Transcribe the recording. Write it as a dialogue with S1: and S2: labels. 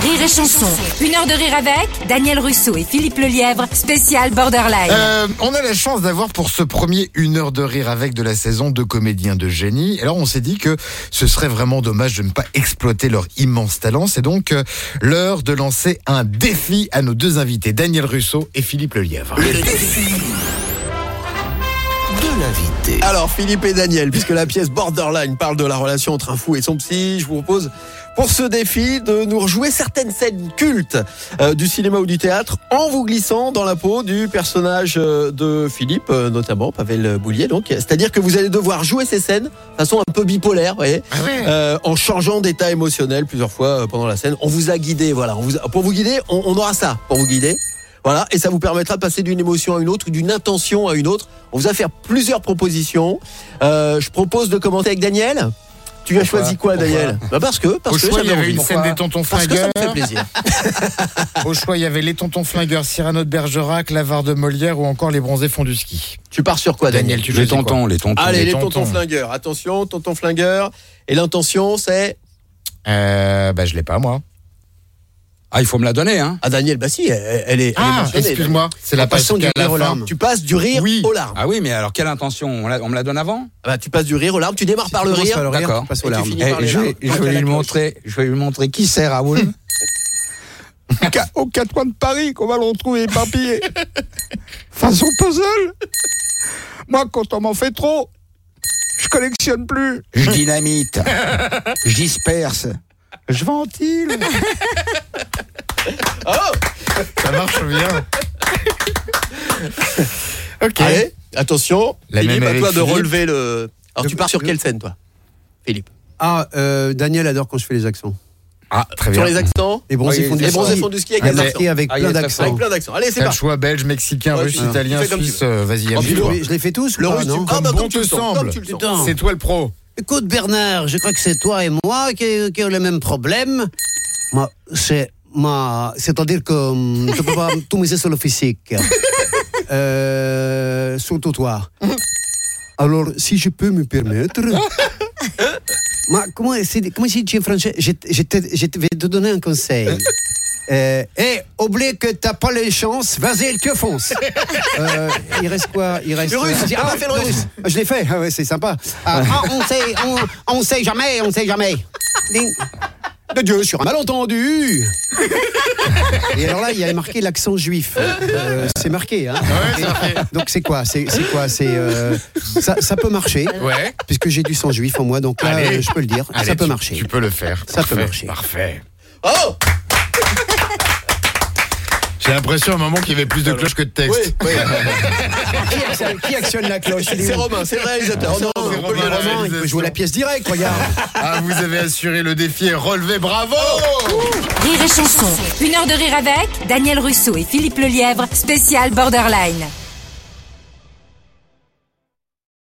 S1: Rire et chanson. Une heure de rire avec Daniel Russo et Philippe Lelièvre, spécial Borderline.
S2: Euh, on a la chance d'avoir pour ce premier une heure de rire avec de la saison deux comédiens de génie. Alors on s'est dit que ce serait vraiment dommage de ne pas exploiter leur immense talent. C'est donc euh, l'heure de lancer un défi à nos deux invités, Daniel Russo et Philippe Lelièvre.
S3: De l'invité.
S4: Alors Philippe et Daniel, puisque la pièce Borderline parle de la relation entre un fou et son psy, je vous propose pour ce défi de nous rejouer certaines scènes cultes euh, du cinéma ou du théâtre en vous glissant dans la peau du personnage euh, de Philippe, euh, notamment Pavel Boulier. Donc, c'est-à-dire que vous allez devoir jouer ces scènes de façon un peu bipolaire, vous voyez, euh, en changeant d'état émotionnel plusieurs fois euh, pendant la scène. On vous a guidé, voilà. On vous a- pour vous guider, on, on aura ça pour vous guider. Voilà, et ça vous permettra de passer d'une émotion à une autre ou d'une intention à une autre. On vous a fait plusieurs propositions. Euh, je propose de commencer avec Daniel. Tu as choisi quoi, Daniel bah Parce que, parce
S2: Au
S4: que
S2: choix, il y
S4: j'avais
S2: avait
S4: envie.
S2: une scène des tontons
S4: Parce que ça
S2: flingueurs.
S4: me fait plaisir.
S2: Au choix, il y avait les tontons flingueurs, Cyrano de Bergerac, l'avare de Molière ou encore les bronzés fonds du ski.
S4: Tu pars sur quoi,
S2: Daniel,
S4: Daniel
S2: tu
S5: Les
S2: choisis quoi
S5: tontons, les tontons.
S4: Allez,
S2: les
S4: les tontons
S2: tontons.
S4: flingueurs. Attention, tonton flingueur. Et l'intention, c'est.
S2: Euh, bah je l'ai pas moi.
S5: Ah, il faut me la donner, hein
S4: Ah, Daniel, bah si, elle, elle est. elle est
S2: Ah,
S4: mentionnée,
S2: excuse-moi, c'est
S4: Daniel.
S2: la
S4: En passant
S2: passion
S4: du
S2: qui a la
S4: rire aux
S2: fin.
S4: larmes. Tu passes du rire
S2: Oui.
S4: aux larmes.
S5: Ah oui, mais alors quelle intention on, la- on me la donne avant
S4: Ah Bah, tu passes du rire aux larmes, tu démarres par le
S5: commences
S4: rire.
S5: par le rire,
S4: D'accord.
S5: tu passes aux
S4: Et
S5: larmes.
S4: tu finis par
S5: Eh,
S4: les
S5: je,
S4: larmes.
S5: vais, je vais lui montrer, je vais lui montrer qui c'est Raoul. Au ca- Aux quatre coins de Paris, qu'on va le retrouver éparpillé. Façon puzzle. Moi, quand on m'en fait trop, je collectionne plus. Je dynamite. Je disperse. Je ventile.
S2: Ça marche bien. ok.
S4: Allez, attention.
S2: La
S4: Philippe,
S2: même
S4: à
S2: avec
S4: toi de
S2: Philippe.
S4: relever le. Alors, tu pars sur quelle scène, toi Philippe
S6: Ah, euh, Daniel adore quand je fais les accents.
S2: Ah très bien.
S4: Sur les accents
S6: Les bronzés
S5: Oui,
S6: font du
S4: Les
S6: ski.
S4: bronzés font du ski avec
S6: Ah,
S4: des
S6: mais-
S4: accents.
S6: avec
S5: Ah, il y a
S6: plein
S5: des
S6: d'accents.
S4: Avec plein d'accents. Allez, c'est
S2: T'as le
S4: parti.
S2: choix belge, mexicain,
S4: Ouais,
S2: russe,
S4: tu- tu
S2: italien,
S4: fais comme tu
S2: suisse,
S4: veux.
S2: euh, vas-y,
S4: Oh,
S2: amuse-toi.
S6: Je les fais tous.
S4: Le
S6: là,
S4: russe,
S6: non
S4: tu- Ah,
S2: Comme
S4: bah,
S2: bon
S4: comme tu
S2: te
S4: le sens,
S2: semble.
S4: comme tu le sens.
S6: Putain.
S2: C'est toi le pro.
S6: Écoute Bernard, je crois que c'est toi et moi qui, qui avons le même problème. Moi, c'est moi, c'est-à-dire que hum, je peux pas tout miser sur le physique, euh, surtout toi. Alors, si je peux me permettre. moi, comment, c'est- comment si tu es français, je, te- je te- je te vais te donner un conseil. Euh, Eh, oublie que t'as pas les chances, vas-y, tu fonce. Euh, il reste quoi Il reste.
S4: Le russe, j'ai pas fait le russe.
S6: Je l'ai fait, ah ouais, c'est sympa. Ah, ah, on sait, on, on sait jamais, on sait jamais. Ding. De Dieu, sur un malentendu. Et alors là, il y a marqué l'accent juif. Euh, c'est marqué, hein. Et- donc c'est quoi C'est c'est quoi C'est euh, ça, ça peut marcher,
S2: Ouais.
S6: puisque j'ai du sang juif en moi, donc là,
S2: Allez.
S6: euh, je peux le dire,
S2: Allez,
S6: ça peut
S2: tu-
S6: marcher.
S2: Tu peux le faire.
S6: Ça
S2: Parfait,
S6: peut marcher.
S2: Parfait.
S4: Oh
S2: J'ai l'impression à un moment qu'il y avait plus de cloches que de textes.
S4: Oui, oui.
S6: Qui, actionne, qui actionne la cloche
S4: C'est Romain, c'est le réalisateur. Oh, non,
S2: c'est
S4: on peut lui
S2: Romain.
S4: donner.
S6: Romain, il peut jouer la pièce directe, regarde.
S2: Ah, vous avez assuré le défi et relevé, bravo
S4: Oh
S1: Rire et chanson. Une heure de rire avec Daniel Russo et Philippe Lelièvre, spécial Borderline.